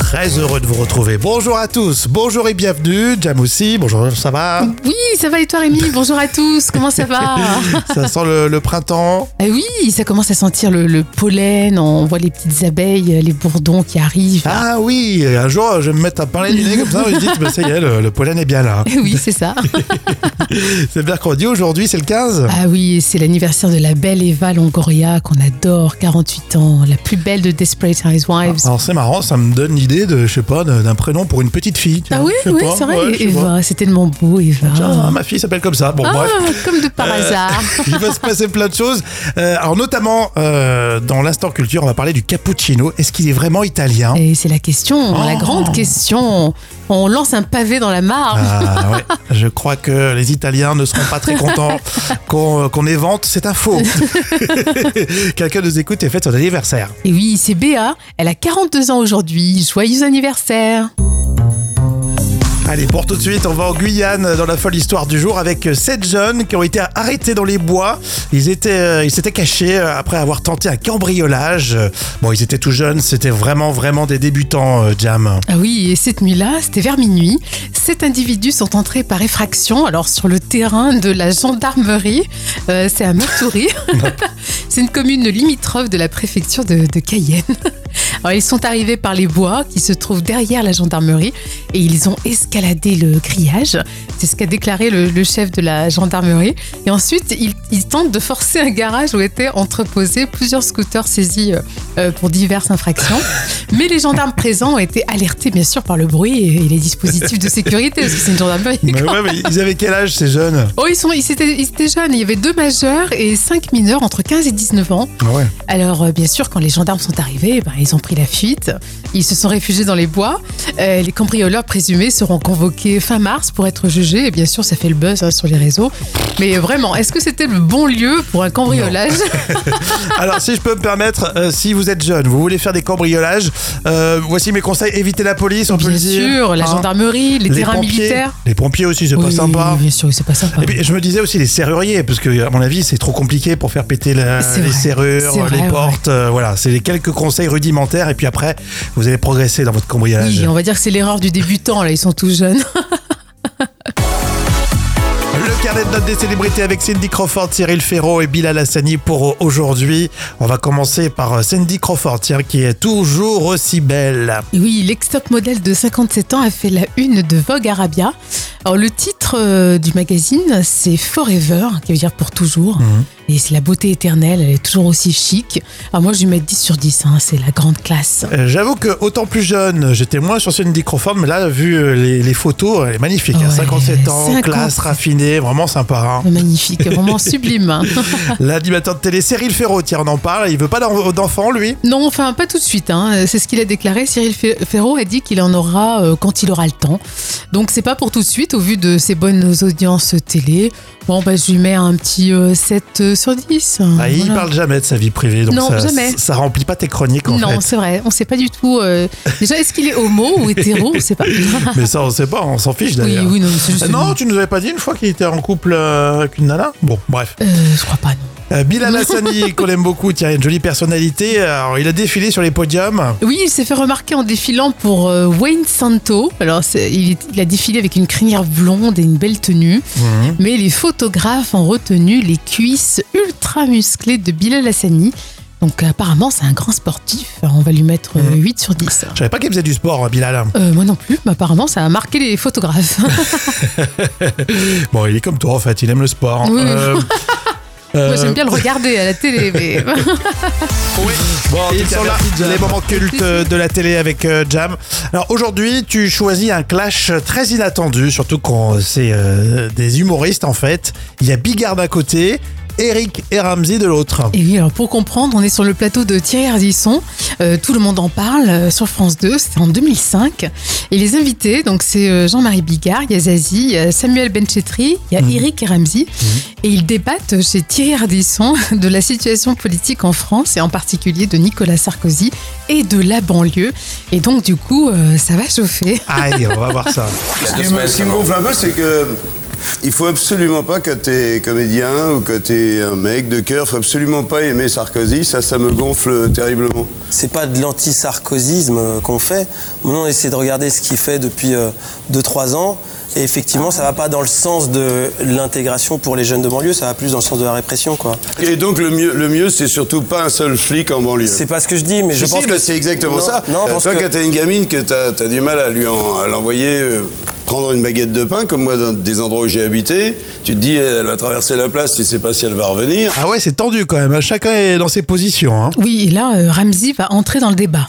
très heureux de vous retrouver. Bonjour à tous, bonjour et bienvenue. Jam aussi, bonjour, ça va Oui, ça va et toi Rémi Bonjour à tous, comment ça va Ça sent le, le printemps. Eh Oui, ça commence à sentir le, le pollen, on voit les petites abeilles, les bourdons qui arrivent. Ah oui, un jour je vais me mettre à parler du nez comme ça, je dis, bah, ça y est, le, le pollen est bien là. Eh Oui, c'est ça. C'est mercredi aujourd'hui, c'est le 15 Ah oui, c'est l'anniversaire de la belle Eva Longoria qu'on adore, 48 ans, la plus belle de Desperate Housewives. alors c'est marrant, ça me donne l'idée de, je sais pas, de- d'un prénom pour une petite fille. tu Ah vois, oui, je sais oui, pas, c'est vrai, ouais, je sais pas. Eva, c'est tellement beau Eva. Tiens, ma fille s'appelle comme ça. Bon, Ah, bref. comme de par Euh, hasard. Il va se passer plein de choses. Euh, alors notamment euh, dans l'instant culture, on va parler du cappuccino. Est-ce qu'il est vraiment italien Et c'est la question, la Oh. grande question. On lance un pavé dans la mare. Ah ouais, je crois que les Italiens ne seront pas très contents qu'on qu'on évente cette info. Quelqu'un nous écoute et fête son anniversaire. Et oui, c'est Béa, elle a 42 ans aujourd'hui. Joyeux anniversaire Allez, pour tout de suite, on va en Guyane dans la folle histoire du jour avec sept jeunes qui ont été arrêtés dans les bois. Ils étaient, euh, ils s'étaient cachés euh, après avoir tenté un cambriolage. Euh, Bon, ils étaient tout jeunes, c'était vraiment, vraiment des débutants, euh, Jam. Ah oui, et cette nuit-là, c'était vers minuit. Sept individus sont entrés par effraction, alors sur le terrain de la gendarmerie. Euh, c'est à Matoury. c'est une commune limitrophe de la préfecture de, de Cayenne. Alors, ils sont arrivés par les bois qui se trouvent derrière la gendarmerie et ils ont escaladé le grillage. C'est ce qu'a déclaré le, le chef de la gendarmerie. Et ensuite, ils, ils tentent de forcer un garage où étaient entreposés plusieurs scooters saisis euh, euh, pour diverses infractions. Mais les gendarmes présents ont été alertés, bien sûr, par le bruit et les dispositifs de sécurité, parce que c'est une gendarmerie. Mais ouais, mais ils avaient quel âge ces jeunes Oh, ils, sont, ils, étaient, ils étaient jeunes, il y avait deux majeurs et cinq mineurs entre 15 et 19 ans. Ouais. Alors, euh, bien sûr, quand les gendarmes sont arrivés, ben, ils ont pris la fuite. Ils se sont réfugiés dans les bois. Euh, les cambrioleurs présumés seront convoqués fin mars pour être jugés. Et bien sûr, ça fait le buzz hein, sur les réseaux. Mais vraiment, est-ce que c'était le bon lieu pour un cambriolage Alors, si je peux me permettre, euh, si vous êtes jeune, vous voulez faire des cambriolages, euh, voici mes conseils évitez la police, on peut Bien le dire. sûr, la Hein. gendarmerie, les, terrains pompiers, militaires. Les pompiers aussi, c'est pas Oui, sympa. Eh Bien sûr, c'est pas sympa. Et puis, je me disais aussi les serruriers, parce que à mon avis, c'est trop compliqué pour faire péter la- C'est les vrai, c'est serrures, vrai, les ouais. portes. euh, voilà, c'est les quelques conseils rudimentaires. Et puis après, vous allez progresser dans votre cambriolage. Oui, on va dire que c'est l'erreur du débutant, là, ils sont tout jeunes. Le carnet de notes des célébrités avec Cindy Crawford, Cyril Ferraud et Bilal Hassani pour aujourd'hui. On va commencer par euh, Cindy Crawford, tiens, qui est toujours aussi belle. Et Oui, l'ex-top modèle de 57 ans a fait la une de Vogue Arabia. Alors, le titre euh, du magazine, c'est Forever, qui veut dire pour toujours. Mhm. Et c'est la beauté éternelle, elle est toujours aussi chic. Alors, moi, je lui mets 10 sur 10, hein, c'est la grande classe. Euh, J'avoue que autant plus jeune, j'étais moins sur Cindy Crawford, mais là, vu euh, les, les photos, elle est magnifique. hein, Ouais, 57 ans, 57. classe, raffinée, vraiment sympa. hein. Magnifique, vraiment sublime. hein. L'animateur de télé Cyril Ferraud, tiens, on en parle, il veut pas d'en- d'enfant, lui. Non, enfin, pas tout de suite. hein. C'est ce qu'il a déclaré. Cyril Fe- Ferraud a dit qu'il en aura euh, quand il aura le temps. Donc, c'est pas pour tout de suite, au vu de ses bonnes audiences télé. Bon, bah, je lui mets un petit euh, 7 sur 10. Ah, Il Voilà. parle jamais de sa vie privée, donc Non, ça, jamais. ça remplit pas tes chroniques, en Non, fait. c'est vrai, on sait pas du tout. euh, Déjà, est-ce qu'il est homo ou hétéro On sait pas. oui, Mais ça, on sait pas, on s'en fiche d'ailleurs. oui, non, mais c'est juste. Euh, Non, tu nous avais pas dit une fois qu'il était en couple euh, avec une nana Bon, bref. Euh, je crois pas, non. Euh, Bilal Hassani, qu'on aime beaucoup, tiens, une jolie personnalité. Alors, il a défilé sur les podiums. Oui, il s'est fait remarquer en défilant pour euh, Wayne Santo. Alors, c'est- il, est- il a défilé avec une crinière blonde et une belle tenue. Mhm. Mais les photographes ont retenu les cuisses ultra musclées de Bilal Hassani. Donc, apparemment, c'est un grand sportif. Alors, on va lui mettre euh, Mhm. 8 sur 10. Je savais pas qu'il faisait du sport, hein, Bilal. Euh, moi non plus, mais apparemment, ça a marqué les photographes. Bon, il est comme toi, en fait, il aime le sport. Oui, oui. euh, moi, j'aime bien le regarder à la télé, mais. Bon, Et ils t'as sont là, merci, Jam. les moments cultes de la télé avec euh, Jam. Alors aujourd'hui, tu choisis un clash euh, très inattendu, surtout quand c'est euh, des humoristes en fait. Il y a Bigard d'un côté, Eric et Ramsey de l'autre. Et oui, alors pour comprendre, on est sur le plateau de Thierry Ardisson. Euh, tout le monde en parle euh, sur France 2. C'était en 2005. Et les invités, donc c'est euh, Jean-Marie Bigard, il y a Zazie, il y a Samuel Benchetri, il y a Mhm. Eric et Ramsey. Et ils débattent chez Thierry Ardisson de la situation politique en France et en particulier de Nicolas Sarkozy et de la banlieue. Et donc, du coup, euh, ça va chauffer. Aïe, on va voir ça. Ce qui me, ce qui me gonfle un peu, c'est que euh, Il faut absolument pas que t'es comédien ou que t'es un mec de cœur, faut absolument pas aimer Sarkozy, ça, ça me gonfle terriblement. C'est pas de l'anti-sarkozisme euh, qu'on fait. Maintenant, on essaie de regarder ce qu'il fait depuis 2-3 ans. Et effectivement, ça va pas dans le sens de l'intégration pour les jeunes de banlieue, ça va plus dans le sens de la répression, quoi. Euh, Et donc le mieux, le mieux c'est surtout pas un seul flic en banlieue. C'est pas ce que je dis, mais je Si, pense si, que bah, c'est exactement Non, ça. Non, Euh, je pense toi, que- quand t'as une gamine que t'as as du mal à lui en- à l'envoyer euh, prendre une baguette de pain, comme moi dans des endroits où j'ai habité, tu te dis elle va traverser la place, tu sais pas si elle va revenir. Ah ouais, c'est tendu quand même. Chacun est dans ses positions. hein. Oui, et là, euh, Ramsey va entrer dans le débat.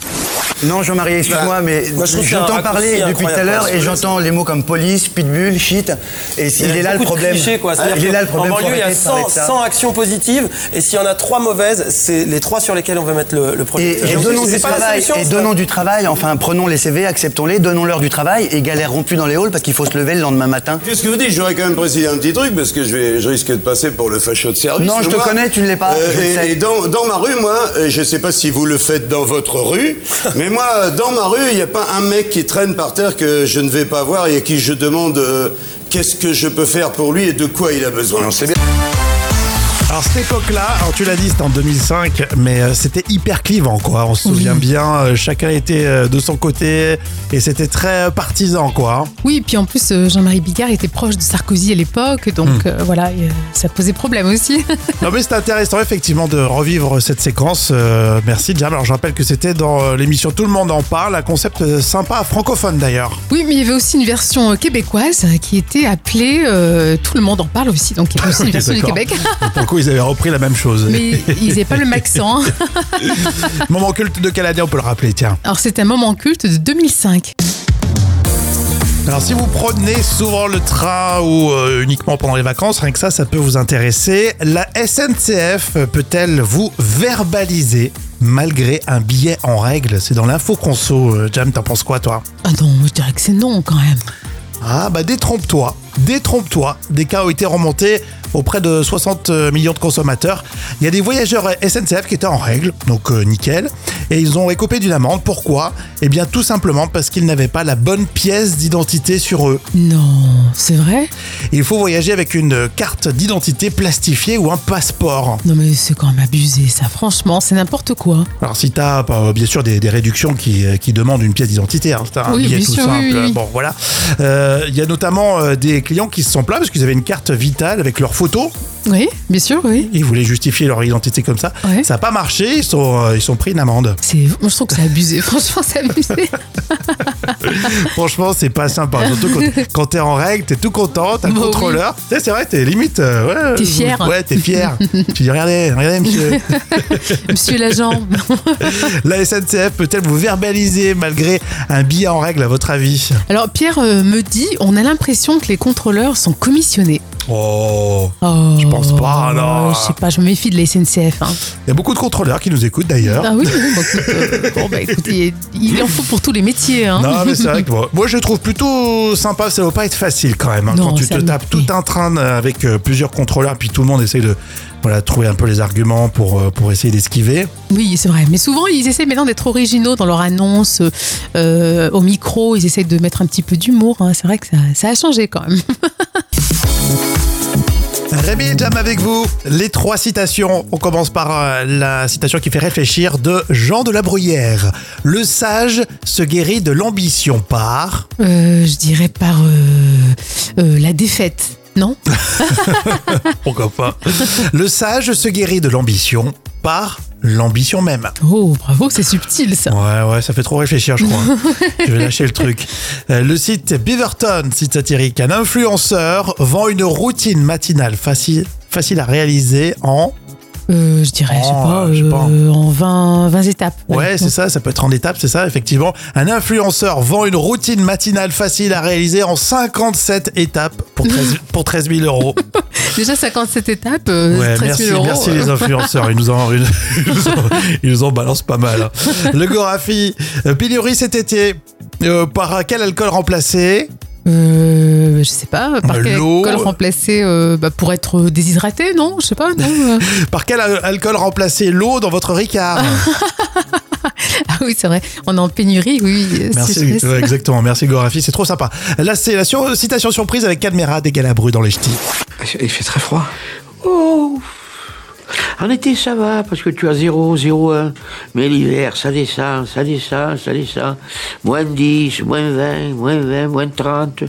Non, Jean-Marie, excuse-moi, mais Bah, Moi, je trouve que c'est un j'entends raccourci parler depuis tout à incroyable, l'heure parce et que- j'entends les mots comme police, pitbull, shit. Et Il y il a est là le beaucoup de problème. clichés, quoi. C'est-à-dire Il est que là le problème. En faut banlieue, il y a arrêter de parler 100, de ça. 100 actions positives, et s'il y en a 3 mauvaises, c'est les 3 sur lesquelles on veut mettre le, le projet. Et, et donnons du travail, et donnons du travail, enfin prenons les CV, acceptons-les, donnons-leur du travail et galérons plus dans les halls parce qu'il faut se lever le lendemain matin. Qu'est-ce que vous dites J'aurais quand même précisé un petit truc parce que je, vais, je risque de passer pour le facho de service. Non, je te moi. Euh, connais, tu ne l'es pas, je le sais. et dans, dans ma rue, moi, euh, je ne sais pas si vous le faites dans votre rue, mais moi, euh, dans ma rue, il n'y a pas un mec qui traîne par terre que je ne vais pas voir et à qui je demande euh, qu'est-ce que je peux faire pour lui et de quoi il a besoin. c'est bien. Alors cette époque-là, alors tu l'as dit, c'était en 2005, mais euh, c'était hyper clivant, quoi. On se souvient bien, euh, chacun était euh, de son côté et c'était très euh, partisan, quoi. Oui, et puis en plus, euh, Jean-Marie Bigard était proche de Sarkozy à l'époque, Mhm. donc euh, voilà, et, euh, ça posait problème aussi. Non mais c'est intéressant effectivement de revivre cette séquence. Euh, merci Jam. Alors je rappelle que c'était dans euh, l'émission Tout le monde en parle, un concept euh, sympa francophone d'ailleurs. oui, mais il y avait aussi une version euh, québécoise euh, qui était appelée euh, Tout le monde en parle aussi, donc il y avait aussi une version du D'accord. Québec. Pour le coup ils avaient repris la même chose. Mais ils n'avaient pas le même accent. hein. Moment culte de Canadien, on peut le rappeler, tiens. Alors c'est un moment culte de 2005. Alors si vous prenez souvent le train ou euh, uniquement pendant les vacances, rien que ça, ça peut vous intéresser. La SNCF peut-elle vous verbaliser malgré un billet en règle C'est dans l'info conso. Euh, Jam, t'en penses quoi toi Ah non, moi, je dirais que c'est non quand même. Ah bah détrompe-toi, détrompe-toi. Des cas ont été remontés auprès de 60 millions de consommateurs. Il y a des voyageurs euh, SNCF qui étaient en règle, donc euh, nickel, et ils ont écopé d'une amende. Pourquoi Eh bien tout simplement parce qu'ils n'avaient pas la bonne pièce d'identité sur eux. Non, c'est vrai Il faut voyager avec une carte d'identité plastifiée ou un passeport. Non mais c'est quand même abusé ça, franchement, c'est n'importe quoi. Alors si t'as bah, bien sûr des, des réductions qui, euh, qui demandent une pièce d'identité, hein, t'as un Oui, billet bien tout sûr, simple. oui, oui, oui. Bon voilà, Euh, il y a notamment euh, des clients qui se sont plaints parce qu'ils avaient une carte vitale avec leur photo. Oui, bien sûr, oui. Ils voulaient justifier leur identité comme ça. Ouais. Ça n'a pas marché. Ils sont euh, ils sont pris une amende. C'est, moi je trouve que c'est abusé, franchement c'est abusé. Franchement c'est pas sympa. Surtout quand, quand t'es en règle, t'es tout content, t'as le Bah oui. contrôleur. Tu sais, C'est vrai, t'es limite. euh, ouais, T'es fier. Ouais, t'es fier. tu dis regardez, regardez monsieur. Monsieur l'agent, La SNCF peut-elle vous verbaliser malgré un billet en règle à votre avis alors Pierre euh, me dit, on a l'impression que les contrôleurs sont commissionnés. Oh Oh, Je pense pas, non. Je sais pas, je me méfie de la SNCF. hein. Il y a beaucoup de contrôleurs qui nous écoutent d'ailleurs. Ah oui, oui, bah, écoute, euh, bon bah écoutez, il en faut pour tous les métiers. Hein. Non, mais c'est vrai que moi, moi, je trouve plutôt sympa. Ça doit pas être facile quand même. hein, Non, quand tu ça te me tapes plaît. tout un train euh, avec euh, plusieurs contrôleurs, puis tout le monde essaye de voilà, trouver un peu les arguments pour, euh, pour essayer d'esquiver. Oui, c'est vrai. Mais souvent, ils essaient maintenant d'être originaux dans leur annonce, euh, euh, au micro. Ils essaient de mettre un petit peu d'humour. hein. C'est vrai que ça, ça a changé quand même. Rémi et Jam avec vous. Les trois citations. On commence par euh, la citation qui fait réfléchir de Jean de la Bruyère. Le sage se guérit de l'ambition par. Euh, je dirais par euh, euh, la défaite, non Pourquoi pas Le sage se guérit de l'ambition par l'ambition même. Oh, bravo, c'est subtil ça. Ouais, ouais, ça fait trop réfléchir, je crois. je vais lâcher le truc. Euh, Le site Beaverton, site satirique, un influenceur vend une routine matinale facile, facile à réaliser en. Euh, je dirais, je sais Oh, pas, je sais pas. euh, en 20, 20 étapes. Ouais, c'est ça, ça peut être en étapes, c'est ça, effectivement. Un influenceur vend une routine matinale facile à réaliser en 57 étapes pour 13, pour 13 000 euros. Déjà 57 étapes, euh, Ouais, 13 merci, 000 euros. merci les influenceurs. Ils nous en, ils nous en, ils nous en balancent pas mal. hein. Le Gorafi, euh, pilori cet été. Euh, par quel alcool remplacé Euh, je sais pas, par Euh, quel l'eau. alcool remplacer euh, bah, pour être déshydraté, non Je sais pas, non euh. Par quel al- alcool remplacer l'eau dans votre Ricard ah oui, c'est vrai. On est en pénurie, oui. Merci, ouais, exactement. Merci Gorafi, c'est trop sympa. Là, c'est la sur- citation surprise avec Cadmera des Galabru dans les ch'tis. Il fait très froid. Oh En été, ça va, parce que tu as 0, 0, 1. Mais l'hiver, ça descend, ça descend, ça descend. Moins 10, moins 20, moins 20, moins 30.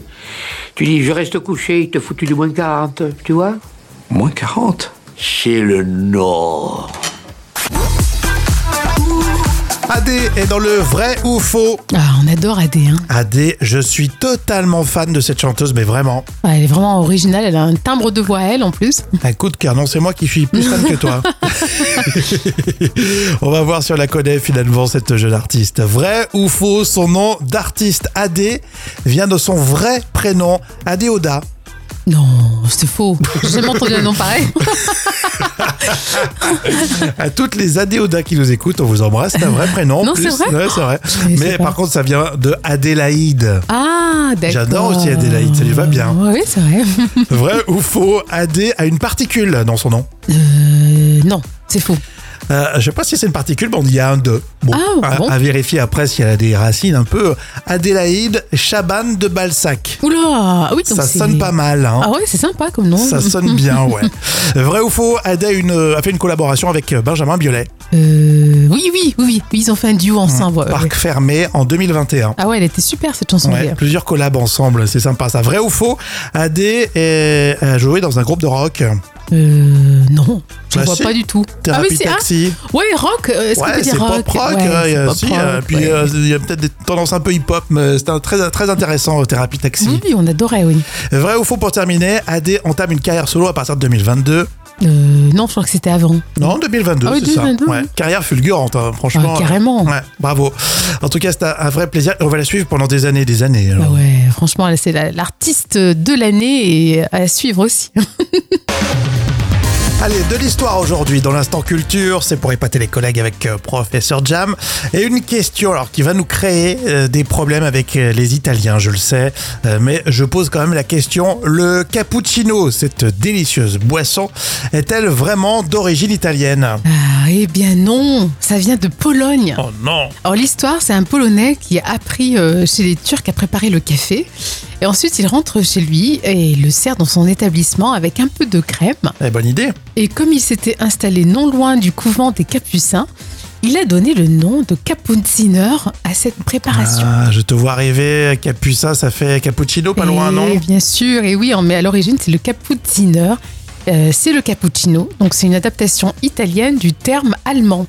Tu dis, je reste couché, il te foutu du moins 40, tu vois Moins 40 C'est le Nord. AD est dans le vrai ou faux. Ah, on adore AD. Hein. AD, je suis totalement fan de cette chanteuse, mais vraiment. Ah, elle est vraiment originale. Elle a un timbre de voix, elle, en plus. Un coup de cœur. Ah, Non, c'est moi qui suis plus fan que toi. On va voir si on la connaît finalement, cette jeune artiste. Vrai ou faux, son nom d'artiste AD vient de son vrai prénom, Adéoda. Non, c'est faux. J'ai jamais entendu un nom pareil. À toutes les Adéoda qui nous écoutent, on vous embrasse. C'est un vrai prénom. Non, plus. c'est vrai Ouais, c'est vrai. Je savais Mais pas. par contre, ça vient de Adélaïde. Ah, d'accord. J'adore aussi Adélaïde, ça lui va bien. Oui, c'est vrai. Vrai ou faux, AD a une particule dans son nom. Euh, non, c'est faux. Euh, je sais pas si c'est une particule, mais on dit un 2. Bon, Ah, à, bon. à vérifier après si elle a des racines un peu. Adélaïde Chaban de Balsac. Oula, ah oui, donc Ça c'est- sonne pas mal, hein. Ah ouais, c'est sympa comme nom. Ça sonne bien, ouais. Vrai ou faux, Adé a, une- euh, a fait une collaboration avec Benjamin Biolay, Euh, oui, oui, oui, oui, ils ont fait un duo ensemble. ouais, ouais. Parc Fermé, en 2021. Ah ouais, elle était super cette chanson. Mmh, Ouais, d'ailleurs. plusieurs collabs ensemble, c'est sympa ça. Vrai ou faux, Adé est- euh, a joué dans un groupe de rock. Euh, non, je Bah vois si. pas du tout. ah Thérapie oui, c'est ah, Taxi. ouais, rock. euh, Est-ce qu'on peut Ouais, dire c'est rock pop rock. Ouais, euh, c'est euh, pop si, rock, euh, puis ouais. euh, il y a peut-être des tendances un peu hip-hop, mais c'est un très, très intéressant, euh, Thérapie Taxi. oui, oui, on adorait, oui. Vrai ou faux pour terminer, AD entame une carrière solo à partir de 2022. Euh, non, je crois que c'était avant. Non, 2022, Ah oui, c'est ça. 2022, Ouais, oui. Carrière fulgurante, hein, franchement. Ah, carrément. Ouais, bravo. En tout cas, c'est un, un vrai plaisir. On va la suivre pendant des années et des années. alors. Ah ouais, franchement, elle, c'est la- l'artiste de l'année et à suivre aussi. Allez, de l'histoire aujourd'hui dans l'instant culture, c'est pour épater les collègues avec euh, professeur Jam. Et une question alors qui va nous créer euh, des problèmes avec euh, les Italiens, je le sais, Euh, mais je pose quand même la question, le cappuccino, cette délicieuse boisson, est-elle vraiment d'origine italienne Ah, eh bien non, ça vient de Pologne. Oh non Alors l'histoire, c'est un Polonais qui a appris euh, chez les Turcs à préparer le café. Et ensuite, il rentre chez lui et le sert dans son établissement avec un peu de crème. Eh, bonne idée Et comme il s'était installé non loin du couvent des Capucins, il a donné le nom de Capuciner à cette préparation. Ah, je te vois arriver, Capucin, ça fait cappuccino pas loin, Et non Bien sûr, et oui, mais à l'origine, c'est le cappucciner. Euh, c'est le cappuccino, donc c'est une adaptation italienne du terme allemand.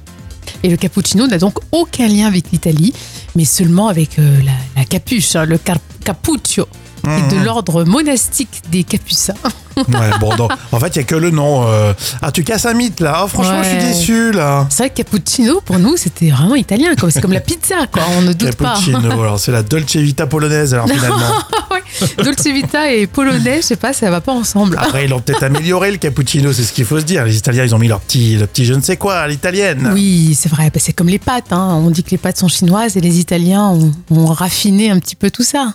Et le cappuccino n'a donc aucun lien avec l'Italie, mais seulement avec euh, la, la capuche, hein, le car- cappuccio, qui est Mhm. de l'ordre monastique des capucins. Ouais, bon, non. En fait, il n'y a que le nom. euh. Ah, tu casses un mythe, là. Oh, franchement, je suis Ouais. déçu, là. C'est vrai que cappuccino, pour nous, c'était vraiment italien, quoi. c'est comme la pizza, quoi. on ne doute pas. Cappuccino, alors c'est la Dolce Vita polonaise, alors finalement. Ah Ouais. Dolce Vita et polonais, je sais pas, ça va pas ensemble. Après, ils l'ont peut-être amélioré, le cappuccino, c'est ce qu'il faut se dire. Les Italiens, ils ont mis leur petit, le petit je ne sais quoi à l'italienne. Oui, c'est vrai, bah, c'est comme les pâtes. hein. On dit que les pâtes sont chinoises et les Italiens ont, ont raffiné un petit peu tout ça.